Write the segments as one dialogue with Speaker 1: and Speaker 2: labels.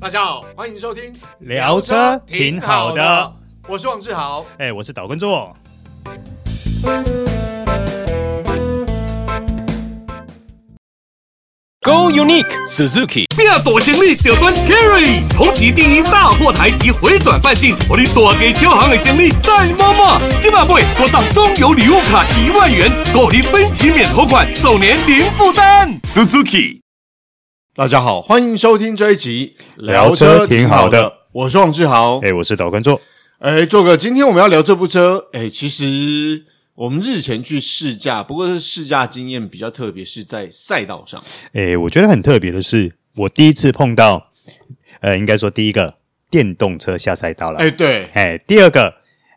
Speaker 1: 大家好，欢迎收听
Speaker 2: 聊车挺好的，
Speaker 1: 我是王志豪。
Speaker 2: 哎、我是岛根座。
Speaker 3: Go Unique Suzuki。
Speaker 4: 变大行李就选 Carry，同级第一大货台及回转半径，让你大给小行的行李再妈妈。今晚买多上中油礼物卡一万元，购你分期免头款，首年零负担。
Speaker 3: Suzuki。
Speaker 1: 大家好，欢迎收听这一集
Speaker 2: 聊车挺好的，
Speaker 1: 我是王志豪。
Speaker 2: 哎、我是岛根座。
Speaker 1: 哎，做个，今天我们要聊这部车。哎，其实我们日前去试驾，不过是试驾经验比较特别，是在赛道上。
Speaker 2: 哎、我觉得很特别的是，我第一次碰到，呃，应该说第一个电动车下赛道了。
Speaker 1: 哎，对，
Speaker 2: 哎、第二个，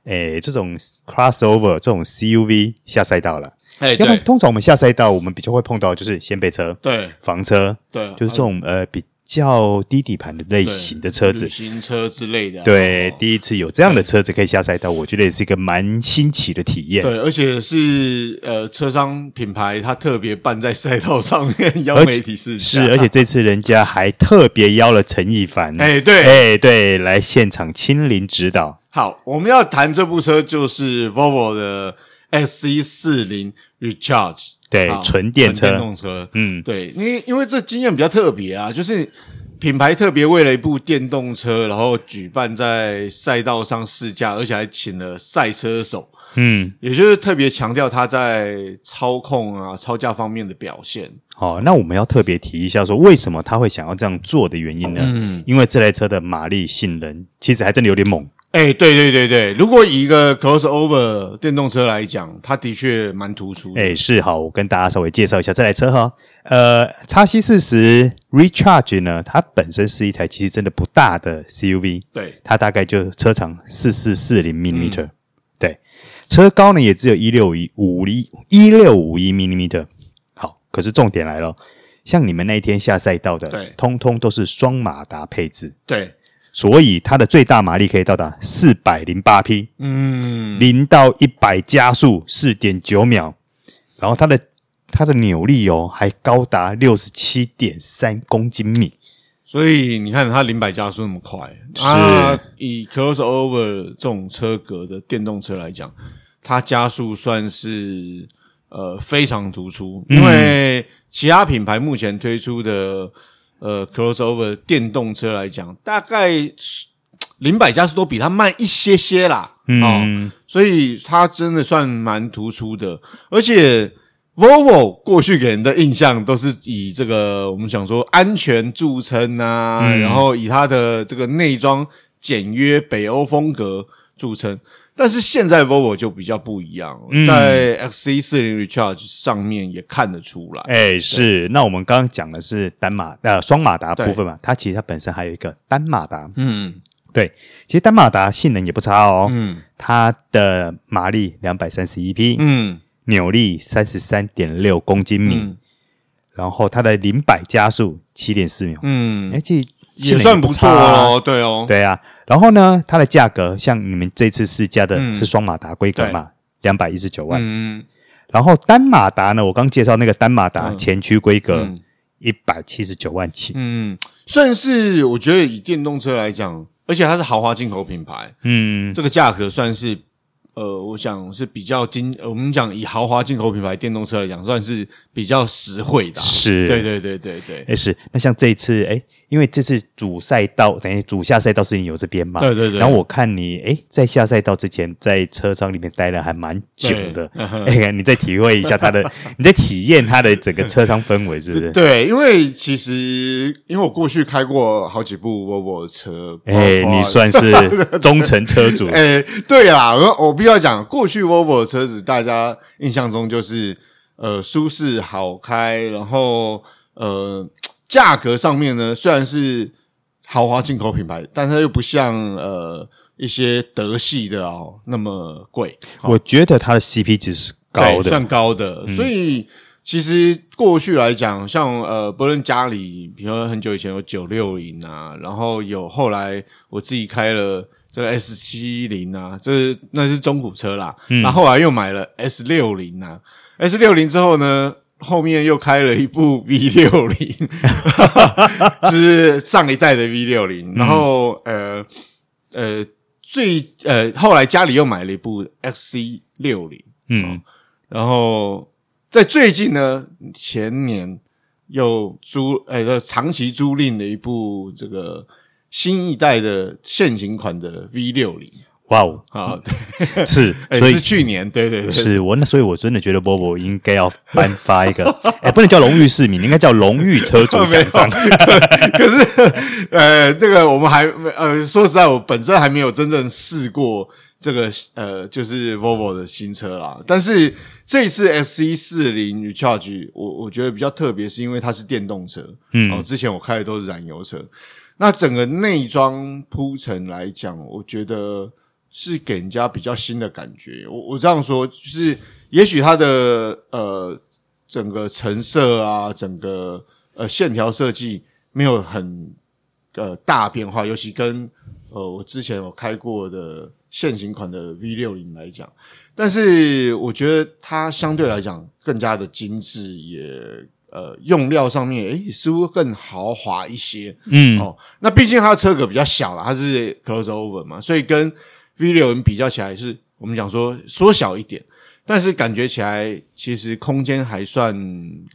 Speaker 2: 哎、这种 crossover 这种 CUV 下赛道了。
Speaker 1: 哎，
Speaker 2: 要不然
Speaker 1: 对，
Speaker 2: 通常我们下赛道，我们比较会碰到就是掀背车、
Speaker 1: 对，
Speaker 2: 房车，
Speaker 1: 对，
Speaker 2: 就是这种呃比较低底盘的类型的车子
Speaker 1: 旅。行车之类的啊、
Speaker 2: 对，
Speaker 1: 哦
Speaker 2: 第一次有这样的车子可以下赛道，我觉得也是一个蛮新奇的体验。
Speaker 1: 对，而且是呃，车商品牌它特别办在赛道上面， 邀
Speaker 2: 而且
Speaker 1: 媒体试驾
Speaker 2: 是，啊而且这次人家还特别邀了陈亦凡，
Speaker 1: 哎对
Speaker 2: 哎对，来现场亲临指导。
Speaker 1: 好，我们要谈这部车就是 Volvo 的 XC 四零 Recharge，
Speaker 2: 对
Speaker 1: 好
Speaker 2: 纯电车
Speaker 1: 纯电动车。
Speaker 2: 嗯，
Speaker 1: 对，因为因为这经验比较特别啊，就是品牌特别为了一部电动车，然后举办在赛道上试驾，而且还请了赛车手，
Speaker 2: 嗯，
Speaker 1: 也就是特别强调它在操控啊、超驾方面的表现。
Speaker 2: 好，那我们要特别提一下，说为什么他会想要这样做的原因呢？
Speaker 1: 嗯
Speaker 2: 因为这台车的马力性能其实还真的有点猛。
Speaker 1: 哎、对对对对，如果以一个 crossover 电动车来讲，它的确蛮突出的。
Speaker 2: 哎，是好，我跟大家稍微介绍一下这台车哈。呃，叉 C 四十 Recharge 呢，它本身是一台其实真的不大的 CUV，
Speaker 1: 对，
Speaker 2: 它大概就车长四四四
Speaker 1: 嗯
Speaker 2: 零 m m 对，车高呢也只有一六一五一一六五一 m m 好，可是重点来了，像你们那一天下赛道
Speaker 1: 对
Speaker 2: 的，通通都是双马达配置，
Speaker 1: 对，
Speaker 2: 所以它的最大马力可以到达四百零八匹，
Speaker 1: 嗯，
Speaker 2: 零到一百加速四点九秒，然后它的它的扭力哦还高达六十七点三公斤米，
Speaker 1: 所以你看它零百加速那么快，啊，以 crossover 这种车格的电动车来讲，它加速算是呃非常突出，因为其他品牌目前推出的呃 crossover 电动车来讲，大概零百加速都比它慢一些些啦，哦，
Speaker 2: 嗯，
Speaker 1: 所以它真的算蛮突出的，而且 Volvo 过去给人的印象都是以这个我们想说安全著称啊，
Speaker 2: 嗯
Speaker 1: 然后以它的这个内装简约北欧风格著称。但是现在 Volvo 就比较不一样，
Speaker 2: 嗯
Speaker 1: 在 XC 四零 Recharge 上面也看得出来。
Speaker 2: 哎、是，那我们刚刚讲的是单马呃双马达
Speaker 1: 对
Speaker 2: 部分嘛，它其实它本身还有一个单马达，
Speaker 1: 嗯
Speaker 2: 对，其实单马达性能也不差哦，
Speaker 1: 嗯
Speaker 2: 它的马力两百三十一匹，
Speaker 1: 嗯
Speaker 2: 扭力三十三点六公斤米，
Speaker 1: 嗯
Speaker 2: 然后它的零百加速七点四秒，哎、
Speaker 1: 嗯，
Speaker 2: 其实
Speaker 1: 也
Speaker 2: 性能
Speaker 1: 算
Speaker 2: 不
Speaker 1: 不错
Speaker 2: 差啊
Speaker 1: 哦，对哦，
Speaker 2: 对啊，然后呢，它的价格像你们这次试驾的
Speaker 1: 嗯
Speaker 2: 是双马达规格嘛，两百一十九万。
Speaker 1: 嗯
Speaker 2: 然后单马达呢，我刚介绍那个单马达
Speaker 1: 嗯
Speaker 2: 前驱规格
Speaker 1: 嗯
Speaker 2: 一百七十九万起。
Speaker 1: 嗯，算是我觉得以电动车来讲，而且它是豪华进口品牌，
Speaker 2: 嗯，
Speaker 1: 这个价格算是呃，我想是比较经，呃我们讲以豪华进口品牌电动车来讲，算是比较实惠的啊、
Speaker 2: 是，
Speaker 1: 对对对对对
Speaker 2: 哎是。那像这一次，哎，因为这次主赛道等于主下赛道是你有这边嘛？
Speaker 1: 对对对
Speaker 2: 然后我看你，哎，在下赛道之前，在车舱里面待了还蛮久的。
Speaker 1: 嗯
Speaker 2: 哎，你再体会一下 它的，你再体验它的整个车舱氛围，是不是？
Speaker 1: 对，因为其实因为我过去开过好几部 Volvo 的车，
Speaker 2: 哎，
Speaker 1: 包括
Speaker 2: 你 算是忠诚车主。
Speaker 1: 哎、对啦，我我必须要讲，过去 Volvo 的车子，大家印象中就是呃舒适好开，然后呃价格上面呢，虽然是豪华进口品牌，但它又不像呃一些德系的哦那么贵，
Speaker 2: 我觉得它的 CP 值是高
Speaker 1: 对
Speaker 2: 的，嗯
Speaker 1: 算高的。所以其实过去来讲，像呃，不论家里，比如说很久以前有九六零啊，然后有后来我自己开了这个 S 七零啊，这是
Speaker 2: 嗯
Speaker 1: 那是中古车啦。然后后来又买了 S 六零啊，S 六零之后呢，后面又开了一部 V 六零，就是上一代的 V 六
Speaker 2: 嗯
Speaker 1: 零，然后呃呃最呃后来家里又买了一部 XC 六零，
Speaker 2: 嗯，
Speaker 1: 然后在最近呢，前年又租呃、长期租赁了一部这个新一代的现行款的 V 六零
Speaker 2: 哇哦，
Speaker 1: 啊，
Speaker 2: 是，
Speaker 1: 哎、
Speaker 2: 所以
Speaker 1: 是去年，对对对，
Speaker 2: 是我那，所以我真的觉得 Bobo 应该要颁发一个， 哎，不能叫荣誉市民，应该叫荣誉车主奖 章。
Speaker 1: 可是，呃，那个我们还呃，说实在，我本身还没有真正试过这个呃，就是 Volvo 的新车啦。但是这一次 XC 四零 Recharge，我我觉得比较特别，是因为它是电动车，
Speaker 2: 嗯
Speaker 1: 哦，之前我开的都是燃油车。那整个内装铺陈来讲，我觉得是给人家比较新的感觉。我我这样说，就是也许它的呃整个成色啊，整个呃线条设计没有很呃大变化，尤其跟呃我之前有开过的现行款的 V 六零来讲，但是我觉得它相对来讲更加的精致，也呃用料上面诶似乎更豪华一些。
Speaker 2: 嗯，
Speaker 1: 哦，那毕竟它的车格比较小啦，它是 crossover 嘛，所以跟 V 六零比较起来是，我们讲说缩小一点，但是感觉起来其实空间还算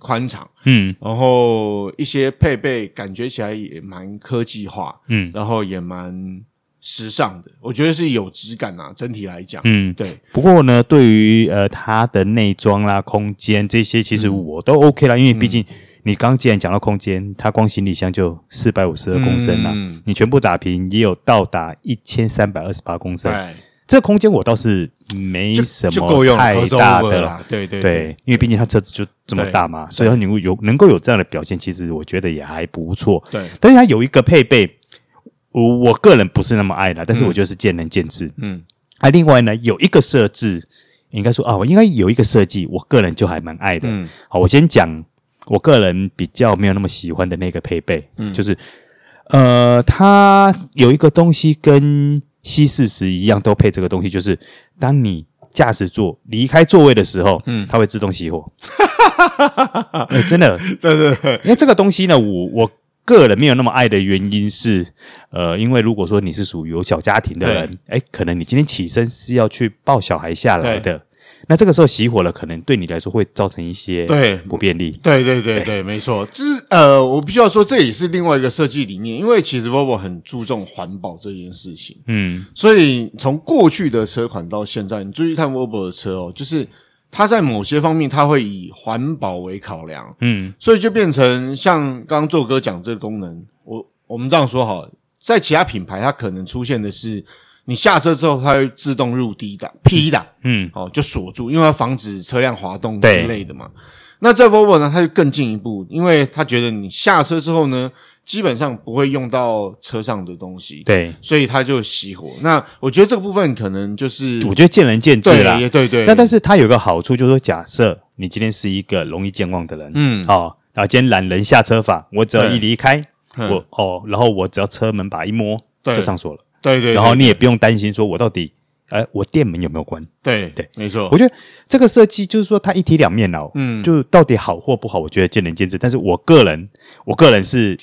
Speaker 1: 宽敞，
Speaker 2: 嗯
Speaker 1: 然后一些配备感觉起来也蛮科技化，
Speaker 2: 嗯
Speaker 1: 然后也蛮时尚的，我觉得是有质感啊，整体来讲，
Speaker 2: 嗯。
Speaker 1: 对，
Speaker 2: 不过呢，对于呃它的内装啦、空间这些，其实我都 OK 啦，因为毕竟
Speaker 1: 嗯
Speaker 2: 你刚既然讲到空间，它光行李箱就四百五十二公升啦，
Speaker 1: 嗯
Speaker 2: 你全部打平也有到达一千三百二十八公升，
Speaker 1: 对，
Speaker 2: 这空间我倒是没什
Speaker 1: 哎就够
Speaker 2: 么
Speaker 1: 用了
Speaker 2: 太大
Speaker 1: crossover
Speaker 2: 的
Speaker 1: 啦，对对
Speaker 2: 对，因为毕竟它车子就这么大嘛，所以它能够有能够有这样的表现，其实我觉得也还不错。
Speaker 1: 对
Speaker 2: 但是它有一个配备，我我个人不是那么爱啦，但是我觉得是见仁见智。
Speaker 1: 嗯，
Speaker 2: 啊，另外呢，有一个设置，应该说啊，我应该有一个设计，我个人就还蛮爱的。
Speaker 1: 嗯
Speaker 2: 好，我先讲我个人比较没有那么喜欢的那个配备，
Speaker 1: 嗯
Speaker 2: 就是呃，它有一个东西跟 C 四十一样，都配这个东西，就是当你驾驶座离开座位的时候，嗯，它会自动熄 火。呃真的，
Speaker 1: 对对对，
Speaker 2: 因为这个东西呢，我我个人没有那么爱的原因是，呃，因为如果说你是属于有小家庭的人，哎，可能你今天起身是要去抱小孩下来的，那这个时候熄火了，可能对你来说会造成一些
Speaker 1: 对
Speaker 2: 不便利。
Speaker 1: 对对对对，没错，这是呃，我必须要说，这也是另外一个设计理念，因为其实 Volvo 很注重环保这件事情，
Speaker 2: 嗯
Speaker 1: 所以从过去的车款到现在，你注意看 Volvo 的车哦，就是它在某些方面，它会以环保为考量，
Speaker 2: 嗯
Speaker 1: 所以就变成像刚刚做哥讲这个功能，我我们这样说好了，在其他品牌它可能出现的是，你下车之后它会自动入 D 档 P 档，
Speaker 2: 嗯
Speaker 1: 哦，就锁住，因为要防止车辆滑动之
Speaker 2: 对
Speaker 1: 类的嘛。那在 Volvo 呢，它就更进一步，因为他觉得你下车之后呢，基本上不会用到车上的东西，，
Speaker 2: 对，
Speaker 1: 所以它就熄火。那我觉得这个部分可能就是
Speaker 2: 我觉得见仁见智啦
Speaker 1: 对，。也对对。
Speaker 2: 那但
Speaker 1: 是
Speaker 2: 是它有个好处，就是说，假设你今天是一个容易健忘的人，
Speaker 1: 嗯
Speaker 2: 哦，然后今天懒人下车法，我只要
Speaker 1: 对
Speaker 2: 一离开，
Speaker 1: 嗯
Speaker 2: 我哦，然后我只要车门把一摸，
Speaker 1: 对
Speaker 2: 就上锁了。
Speaker 1: 对对，
Speaker 2: 然后
Speaker 1: 对
Speaker 2: 你也不用担心说我到底，呃，我店门有没有关？
Speaker 1: 对
Speaker 2: 对，
Speaker 1: 没错，
Speaker 2: 我觉得这个设计就是说它一体两面哦，
Speaker 1: 嗯
Speaker 2: 就到底好或不好，我觉得见仁见智。但是我个人，我个人是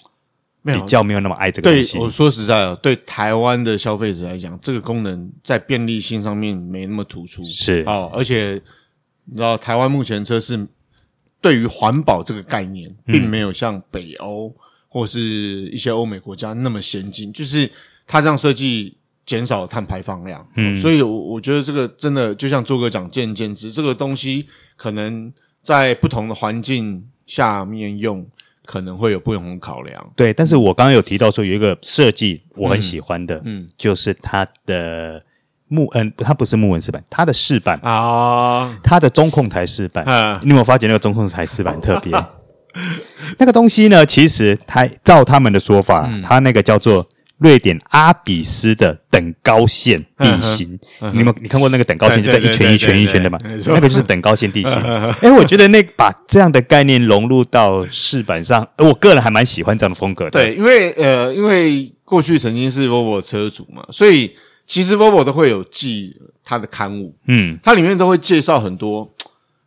Speaker 1: 没有
Speaker 2: 比较没有那么爱这个
Speaker 1: 对
Speaker 2: 东西，。
Speaker 1: 我说实在哦，对台湾的消费者来讲，这个功能在便利性上面没那么突出，
Speaker 2: 是
Speaker 1: 哦，而且你知道台湾目前车是对于环保这个概念，并没有像北欧或是一些欧美国家那么先进，就是它这样设计减少碳排放量，嗯，所以我我觉得这个真的就像做哥讲见仁见智，这个东西可能在不同的环境下面用，可能会有不同的考量，
Speaker 2: 对，但是我刚刚有提到说有一个设计我很喜欢的，
Speaker 1: 嗯
Speaker 2: 就是它的木嗯，它不是木纹饰板，它的饰板，
Speaker 1: 啊。
Speaker 2: 它的中控台饰板，
Speaker 1: 嗯
Speaker 2: 你有没有发觉那个中控台饰板特 别？那个东西呢，其实它照他们的说法，
Speaker 1: 嗯
Speaker 2: 它那个叫做瑞典阿比斯的等高线
Speaker 1: 嗯
Speaker 2: 地形。你们你看过那个等高线，
Speaker 1: 对
Speaker 2: 就在
Speaker 1: 对
Speaker 2: 一圈一圈一圈的嘛，
Speaker 1: 对对对没错嗯
Speaker 2: 那个就是等高 线地形。哎，我觉得那把这样的概念融入到饰板上，呃我个人还蛮喜欢这样的风格的。
Speaker 1: 对，因为呃，因为过去曾经是 Volvo 车主嘛，所以其实 Volvo 都会有寄它的刊物，
Speaker 2: 嗯，
Speaker 1: 它里面都会介绍很多。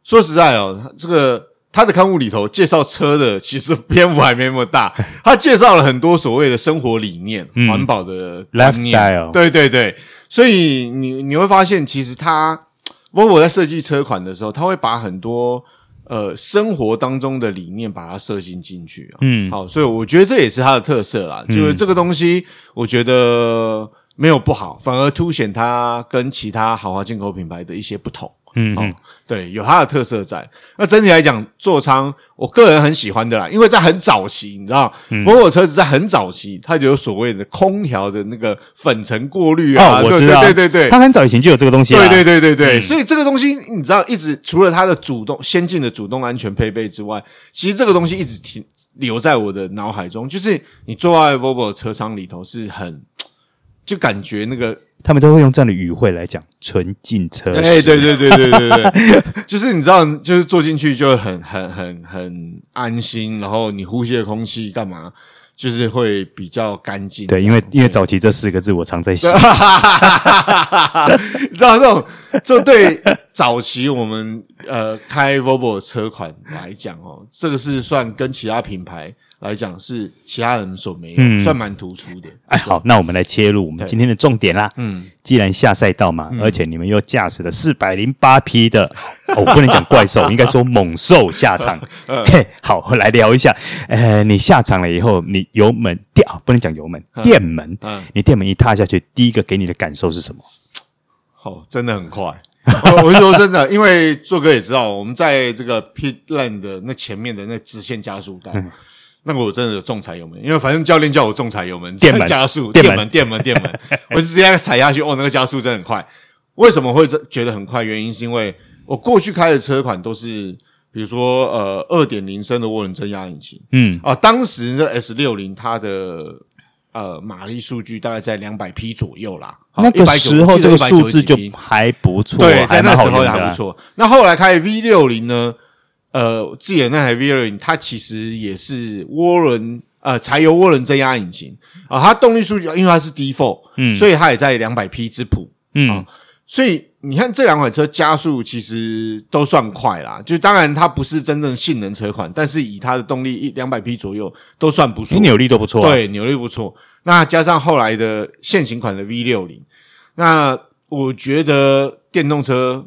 Speaker 1: 说实在哦，这个他的刊物里头介绍车的，其实篇幅还没那么 大。他介绍了很多所谓的生活理念、环、保的观念
Speaker 2: 嗯 Lifestyle
Speaker 1: 对对对。所以你你会发现，其实他 Volvo 在设计车款的时候，他会把很多呃生活当中的理念把它设计进去、啊。
Speaker 2: 嗯
Speaker 1: 好，所以我觉得这也是它的特色啦。就是这个东西，我觉得没有不好，反而凸显它跟其他豪华进口品牌的一些不同。
Speaker 2: 嗯
Speaker 1: 哦，对，有它的特色在。那整体来讲，座舱我个人很喜欢的啦，因为在很早期，你知道，
Speaker 2: 嗯
Speaker 1: 某某车子在很早期，它就有所谓的空调的那个粉尘过滤啊，
Speaker 2: 哦，我
Speaker 1: 对
Speaker 2: 知道，嗯
Speaker 1: 对对对对
Speaker 2: 他很早以前就有这个东西了，
Speaker 1: 对对对对对，所以这个东西你知道，一直除了它的主动先进的主动安全配备之外，其实这个东西一直停留在我的脑海中，就是你坐在 Volvo 车舱里头是很。就感觉那个，
Speaker 2: 他们都会用这样的语汇来讲纯净车，
Speaker 1: 哎、对对对对对对， 就是你知道，就是坐进去就很很很很安心，然后你呼吸的空气干嘛，就是会比较干净这
Speaker 2: 对，
Speaker 1: 样。
Speaker 2: 因为因为 早期这四个字我常在写，
Speaker 1: 你知道这种，就对早期我们呃开 Volvo 的车款来讲哦，这个是算跟其他品牌来讲是其他人所没有，算蛮突出的。
Speaker 2: 嗯哎，好，那我们来切入我们今天的重点啦。嗯，既然下赛道
Speaker 1: 嗯
Speaker 2: 嘛，而且你们又驾驶了四百零八匹的，哦我不能讲怪兽，应该说猛兽下 场。
Speaker 1: 嗯
Speaker 2: 嘿，好，我来聊一下。呃，你下场了以后，你油门掉，不能讲油门，电门
Speaker 1: 嗯，
Speaker 2: 你电门一踏下去，第一个给你的感受是什么？
Speaker 1: 哦，真的很快。 我我是说真的，因为做哥也知道，我们在这个 pit lane 的那前面的那直线加速带，
Speaker 2: 嗯
Speaker 1: 那个我真的有重踩油门，因为反正教练叫我重踩油门，
Speaker 2: 电门
Speaker 1: 加速，
Speaker 2: 电
Speaker 1: 电
Speaker 2: 门
Speaker 1: 门，电门，电门， 我就直接踩下去，哦，那个加速真的很快。为什么会这觉得很快？原因是因为我过去开的车款都是，比如说呃二点零升的涡轮增压引擎
Speaker 2: 嗯，
Speaker 1: 啊、当时的 S 六零它的呃马力数据大概在两百匹左右啦，好
Speaker 2: 那个
Speaker 1: 190
Speaker 2: 时候
Speaker 1: 我记
Speaker 2: 这
Speaker 1: 得
Speaker 2: 个数字
Speaker 1: 191
Speaker 2: 就还不错，啊
Speaker 1: 对，在
Speaker 2: 还蛮
Speaker 1: 那
Speaker 2: 好
Speaker 1: 时候
Speaker 2: 用的
Speaker 1: 还
Speaker 2: 啊
Speaker 1: 不。错。那后来开 V 六零呢，呃，自己的那台 V 六零，它其实也是涡轮呃柴油涡轮增压引擎啊、它动力数据因为它是 D4，嗯，所以它也在两百匹之谱，
Speaker 2: 嗯，
Speaker 1: 所以你看这两款车加速其实都算快啦，就当然它不是真正性能车款，但是以它的动力一两百匹左右都算不错
Speaker 2: 你。扭力都不错啊。
Speaker 1: 对，扭力不错。那加上后来的现行款的 V 六零，那我觉得电动车，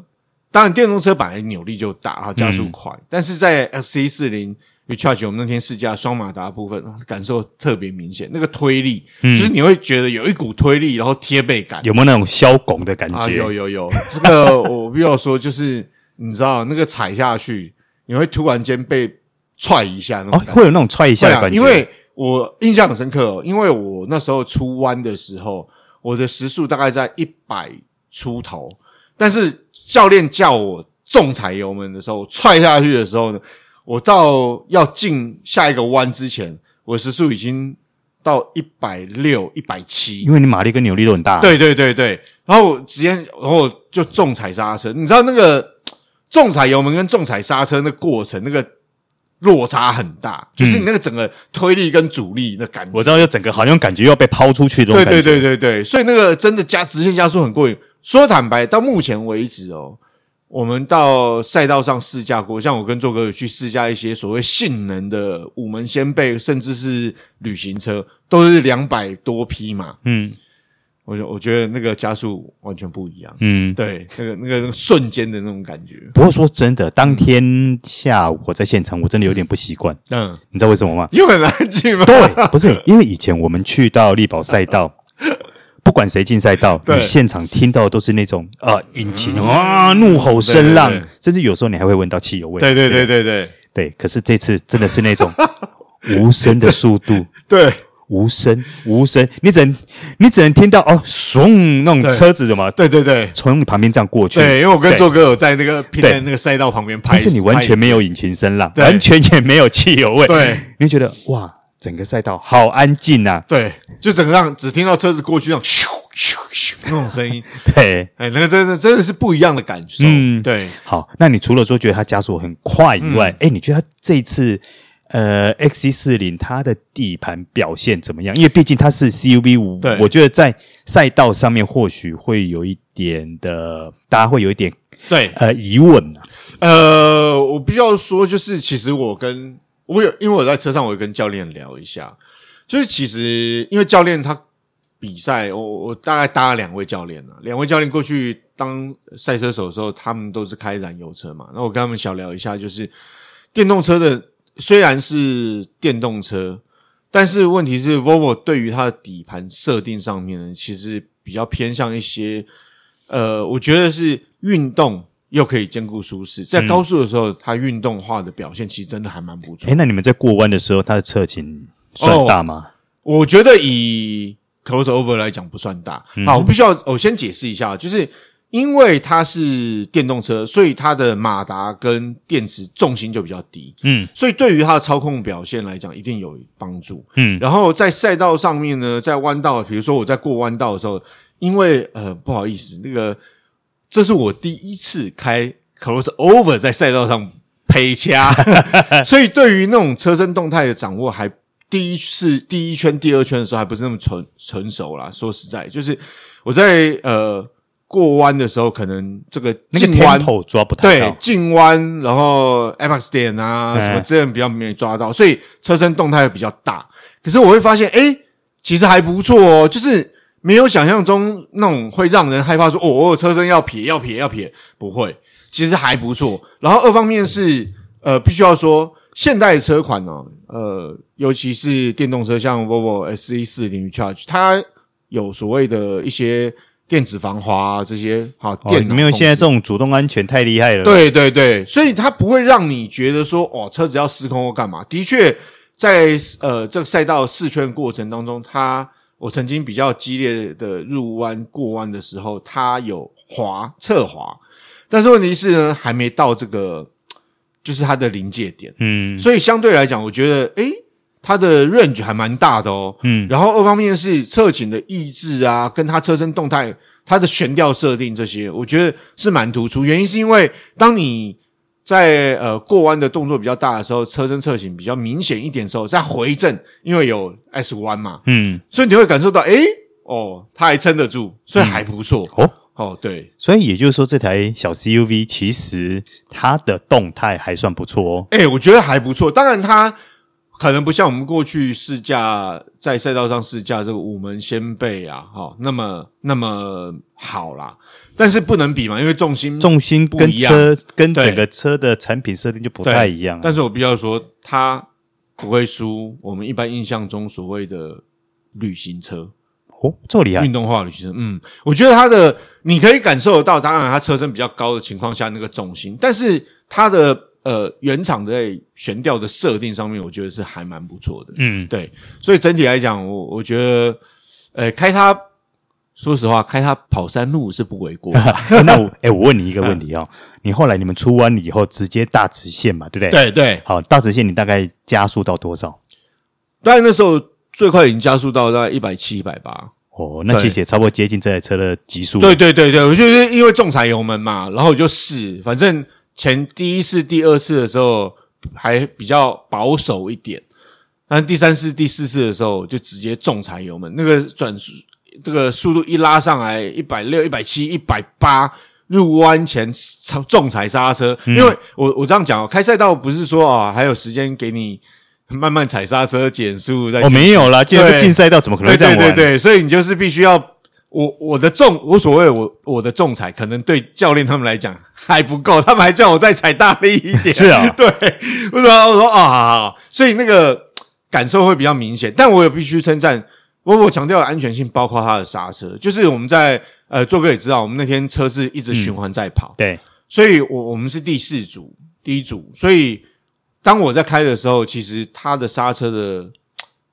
Speaker 1: 当然电动车本来扭力就大哈，加速
Speaker 2: 嗯
Speaker 1: 快，但是在 XC 四零 Recharge 我们那天试驾双马达的部分，感受特别明显，那个推力，
Speaker 2: 嗯
Speaker 1: 就是你会觉得有一股推力，然后贴背感
Speaker 2: 有没有那种削拱的感
Speaker 1: 啊，
Speaker 2: 觉？
Speaker 1: 有有有，这个我必须要说，就是你知道那个踩下去，你会突然间被踹一下那种
Speaker 2: 哦
Speaker 1: 感，觉。
Speaker 2: 会有那种踹一下
Speaker 1: 对
Speaker 2: 的
Speaker 1: 啊，
Speaker 2: 感觉。
Speaker 1: 因为我印象很深刻、哦，因为我那时候出弯的时候，我的时速大概在一百出头，但是教练叫我重踩油门的时候，我踹下去的时候呢，我到要进下一个弯之前，我时速已经到一百六、一百七，
Speaker 2: 因为你马力跟扭力都很大。
Speaker 1: 对对对对，然后我直接，然后我就重踩刹车，你知道那个重踩油门跟重踩刹车那过程，那个落差很大，就是你那个整个推力跟阻力的感觉。
Speaker 2: 嗯我知道，就整个好像感觉要被抛出去的
Speaker 1: 对
Speaker 2: 那种感觉。
Speaker 1: 对对对对，所以那个真的加直线加速很过瘾。说坦白，到目前为止哦，我们到赛道上试驾过，像我跟做哥有去试驾一些所谓性能的五门掀背，甚至是旅行车，都是两百多匹嘛。
Speaker 2: 嗯
Speaker 1: 我觉我觉得那个加速完全不一样。
Speaker 2: 嗯。
Speaker 1: 对，那个那个那个瞬间的那种感觉，
Speaker 2: 不过说真的，当天下午我在现场，我真的有点不习惯，
Speaker 1: 嗯，？
Speaker 2: 你知道为什么吗
Speaker 1: 又很难记吗？
Speaker 2: 对，不是因为以前我们去到力宝赛道， 不管谁进赛道，
Speaker 1: 对嗯
Speaker 2: 你现场听到都是那种呃引擎啊怒吼声浪
Speaker 1: 对对对，
Speaker 2: 甚至有时候你还会闻到汽油 味。
Speaker 1: 对对对对对
Speaker 2: 对，可是这次真的是那 种无声的速度，
Speaker 1: 对
Speaker 2: 无声无声，你只能你只能听到哦，嗖那种
Speaker 1: 对
Speaker 2: 车子怎么
Speaker 1: 对对对
Speaker 2: 从你旁边这样过去。
Speaker 1: 对，因为我跟
Speaker 2: 对
Speaker 1: 做哥有在那个平
Speaker 2: 对
Speaker 1: 台那个赛道旁边拍，
Speaker 2: 但是你完全
Speaker 1: 拍
Speaker 2: 没有引擎声浪，
Speaker 1: 对
Speaker 2: 完全也没有汽油味，
Speaker 1: 对，
Speaker 2: 你会觉得哇，整个赛道好安静啊，
Speaker 1: 对，就整个让只听到车子过去那种 咻咻咻那种声音，
Speaker 2: 对。
Speaker 1: 哎，那个真的真的是不一样的感受，
Speaker 2: 嗯
Speaker 1: 对，
Speaker 2: 好，那你除了说觉得它加速很快以外，
Speaker 1: 嗯
Speaker 2: 哎、你觉得它这一次呃 XC 四零它的底盘表现怎么样？因为毕竟它是 CUV 五
Speaker 1: 对，
Speaker 2: 我觉得在赛道上面或许会有一点的，大家会有一点
Speaker 1: 对，
Speaker 2: 呃疑问啊，
Speaker 1: 呃，我必须要说，就是其实我跟我有，因为我在车上，我有跟教练聊一下，就是其实因为教练他比赛，我我我大概搭了两位教练啊，两位教练过去当赛车手的时候，他们都是开燃油车嘛，那我跟他们小聊一下，就是电动车的虽然是电动车，但是问题是 Volvo 对于它的底盘设定上面呢，其实比较偏向一些呃，我觉得是运动又可以兼顾舒适，在高速的时候，它运动化的表现其实真的还蛮不错
Speaker 2: 哎，。那你们在过弯的时候，它的侧倾算大
Speaker 1: 哦
Speaker 2: 吗？
Speaker 1: 我觉得以 close over 来讲不算大。好，我必须要我先解释一下，就是因为它是电动车，所以它的马达跟电池重心就比较低，
Speaker 2: 嗯，
Speaker 1: 所以对于它的操控表现来讲一定有帮助。
Speaker 2: 嗯
Speaker 1: 然后在赛道上面呢，在弯道，比如说我在过弯道的时候，因为呃不好意思，那个这是我第一次开 close over 在赛道上陪 掐，所以对于那种车身动态的掌握还。第一次第一圈、第二圈的时候还不是那么纯纯熟啦。说实在，就是我在呃过弯的时候，可能这个
Speaker 2: 那个
Speaker 1: 进弯
Speaker 2: tempo 抓不太
Speaker 1: 对
Speaker 2: 到，
Speaker 1: 近弯，然后 MX 点啊
Speaker 2: 哎
Speaker 1: 什么之类的比较没抓到，所以车身动态比较大。可是我会发现，哎，其实还不错哦，就是没有想象中那种会让人害怕说，哦，我车身要撇要撇要撇，不会，其实还不错。然后二方面是，呃，必须要说现代车款哦，呃，尤其是电动车，像 Volvo S 一四零 Charge，它有所谓的一些。电子防滑、啊、这些好，
Speaker 2: 哦，
Speaker 1: 电脑
Speaker 2: 你没有
Speaker 1: 控
Speaker 2: 现在
Speaker 1: 制
Speaker 2: 这种主动安全太厉害了。，
Speaker 1: 对对对，所以它不会让你觉得说哦，车子要失控或干嘛。的确，在呃这个赛道试圈过程当中，它我曾经比较激烈的入弯过弯的时候，它有滑侧滑，但是问题是呢，还没到这个就是它的临界点。
Speaker 2: 嗯
Speaker 1: 所以相对来讲，我觉得诶，它的 range 还蛮大的哦。
Speaker 2: 嗯
Speaker 1: 然后二方面是侧倾的抑制啊，跟它车身动态、它的悬吊设定这些，我觉得是蛮突出。原因是因为当你在呃过弯的动作比较大的时候，车身侧倾比较明显一点的时候，在回正，因为有 S 弯嘛，
Speaker 2: 嗯，
Speaker 1: 所以你会感受到诶，哦，它还撑得住，所以还不错。
Speaker 2: 哦
Speaker 1: 哦，对，
Speaker 2: 所以也就是说，这台小 CUV 其实它的动态还算不错哦。
Speaker 1: 哎、我觉得还不错。当然，它可能不像我们过去试驾在赛道上试驾这个五门掀背啊，哈、那么那么好啦。但是不能比嘛，因为重心
Speaker 2: 重心跟
Speaker 1: 嗯不一样
Speaker 2: 车跟
Speaker 1: 对
Speaker 2: 整个车的产品设定就不
Speaker 1: 对
Speaker 2: 太一样。啊
Speaker 1: 但是我必须要说，它不会输我们一般印象中所谓的旅行车、
Speaker 2: 哦，这么厉害
Speaker 1: 运，动化旅行车。嗯，我觉得它的你可以感受得到，当然它车身比较高的情况下那个重心，但是它的呃原厂在悬吊的设定上面，我觉得是还蛮不错的。
Speaker 2: 嗯，
Speaker 1: 对，所以整体来讲，我我觉得，呃，开它，说实话，开它跑山路是不为过的。
Speaker 2: 那我哎、我问你一个问
Speaker 1: 嗯
Speaker 2: 题哦，你后来你们出弯了以后直接大直线嘛，对不对？。
Speaker 1: 对对，
Speaker 2: 好，大直线你大概加速到多少？
Speaker 1: 当然那时候最快已经加速到大概一百七、一百八。
Speaker 2: 哦，那其实也差不多接近这台车的极速。
Speaker 1: 对，对对对，我就是因为重踩油门嘛，然后我就试，反正前第一次、第二次的时候还比较保守一点，但第三次、第四次的时候就直接重踩油门，那个转速这个速度一拉上来，一百六、一百七、一百八。入弯前重重踩刹车，因为我我这样讲哦，开赛道不是说啊、还有时间给你慢慢踩刹车减速再
Speaker 2: 哦，
Speaker 1: 减
Speaker 2: 没有啦，既然
Speaker 1: 对
Speaker 2: 是竞赛道，怎么可能
Speaker 1: 对
Speaker 2: 会这样
Speaker 1: 对
Speaker 2: 玩？
Speaker 1: 对对，所以你就是必须要我我的重无所谓，我我的仲裁可能对教练他们来讲还不够，他们还叫我再踩大力一点。
Speaker 2: 是啊
Speaker 1: 对，我说我说啊好好好所以那个感受会比较明显，但我也必须称赞。我我强调的安全性，包括它的刹车，就是我们在呃，做哥也知道，我们那天车是
Speaker 2: 嗯
Speaker 1: 一直循环在跑，
Speaker 2: 对
Speaker 1: 所以我我们是第四组，第一组，所以当我在开的时候，其实它的刹车的，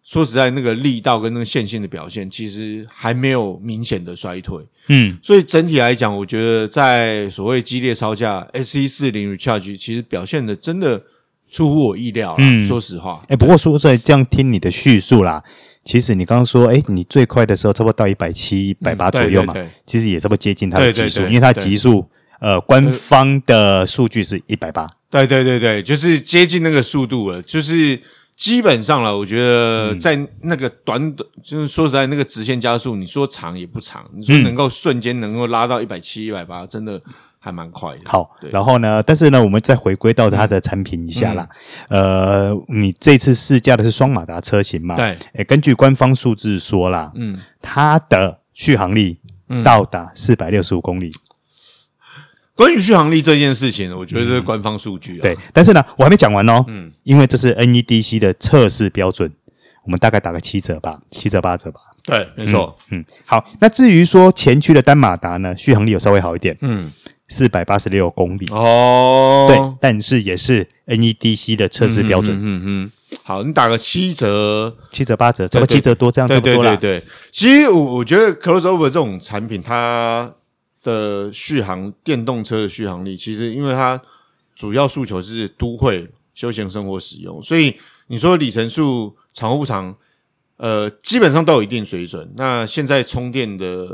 Speaker 1: 说实在，那个力道跟那个线性的表现，其实还没有明显的衰退。
Speaker 2: 嗯，
Speaker 1: 所以整体来讲，我觉得在所谓激烈超价，S 一四零 Recharge 其实表现的真的出乎我意料啦。
Speaker 2: 嗯
Speaker 1: 说实话，
Speaker 2: 哎、不过说在这样听你的叙述啦，其实你刚刚说，哎、你最快的时候差不多到一百七、一百八
Speaker 1: 嗯对
Speaker 2: 左右嘛，
Speaker 1: 对对
Speaker 2: 其实也差不多接近它的
Speaker 1: 对
Speaker 2: 极
Speaker 1: 对
Speaker 2: 速，
Speaker 1: 对
Speaker 2: 因为它
Speaker 1: 对
Speaker 2: 极速呃官方的数据是一百八，
Speaker 1: 对对对对，就是接近那个速度了，就是基本上了。我觉
Speaker 2: 嗯
Speaker 1: 得在那个短短，就是说实在，那个
Speaker 2: 嗯
Speaker 1: 直线加速，你说长也不长，你说能够瞬间能够拉到一百七、一百八，真的还蛮快的。
Speaker 2: 好
Speaker 1: 对，
Speaker 2: 然后呢？但是呢，我们再回归到它的产品一下啦。
Speaker 1: 嗯
Speaker 2: 呃，你这次试驾的是双马达车型嘛？
Speaker 1: 对
Speaker 2: 诶。根据官方数字说啦，嗯，它的续航力
Speaker 1: 嗯
Speaker 2: 到达四百六十五公里。
Speaker 1: 关于续航力这件事情，我觉得这是官方数据啊。
Speaker 2: 嗯对，但是呢，我还没讲完哦。嗯，因为这是 NEDC 的测试标准，我们大概打个七折吧，七折八折吧。
Speaker 1: 对，没错，
Speaker 2: 嗯，好。那至于说前驱的单马达呢，续航力有稍微好一点，
Speaker 1: 嗯，
Speaker 2: 四百八十六公里。
Speaker 1: 哦，
Speaker 2: 对，但是也是 NEDC 的测试标准，
Speaker 1: 嗯哼，好，你打个七折，
Speaker 2: 七折八折，差不多
Speaker 1: 对对
Speaker 2: 七折多，这样差
Speaker 1: 对
Speaker 2: 不
Speaker 1: 对
Speaker 2: 多啦。
Speaker 1: 对对。其实我我觉得 crossover 这种产品，它的续航电动车的续航力，其实因为它主要诉求是都会休闲生活使用，所以你说里程数长不长，呃，基本上都有一定水准。那现在充电的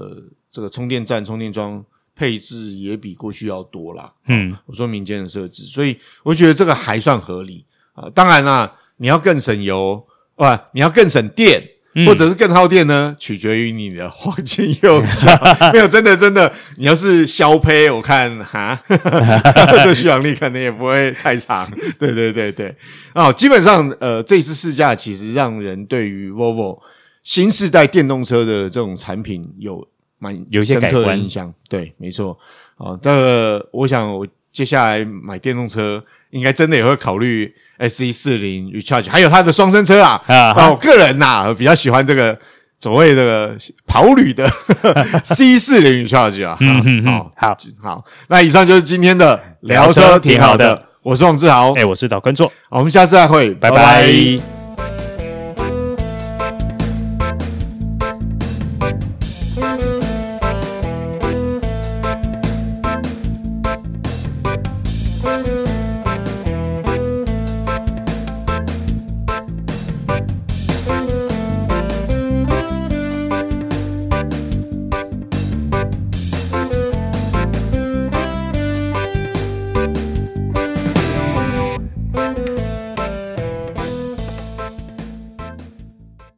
Speaker 1: 这个充电站、充电桩配置也比过去要多啦。
Speaker 2: 嗯，
Speaker 1: 我说民间的设置，所以我觉得这个还算合理啊。当然啦、你要更省油，哇，你要更省电，
Speaker 2: 嗯
Speaker 1: 或者是更耗电呢，取决于你的 黄金右脚。没有，真的真的，你要是削胚，我看哈， 这续航力可能也不会太长。对对对对，哦，基本上呃，这一次试驾其实让人对于 Volvo 新世代电动车的这种产品有蛮
Speaker 2: 有一些
Speaker 1: 深
Speaker 2: 改
Speaker 1: 刻的
Speaker 2: 观
Speaker 1: 印象。对，没错。哦，这个我想我接下来买电动车，应该真的也会考虑 S 1 4 0 Recharge，还有它的双生车啊。
Speaker 2: 啊
Speaker 1: 啊，我个人呐、比较喜欢这个所谓这个跑旅 的 C 4 0 Recharge 啊。好
Speaker 2: 嗯好，
Speaker 1: 好，那以上就是今天的聊车挺好
Speaker 2: 聊车挺好
Speaker 1: 的，我是王志豪，
Speaker 2: 哎、我是导观众，
Speaker 1: 好我们下次再会，
Speaker 2: 拜拜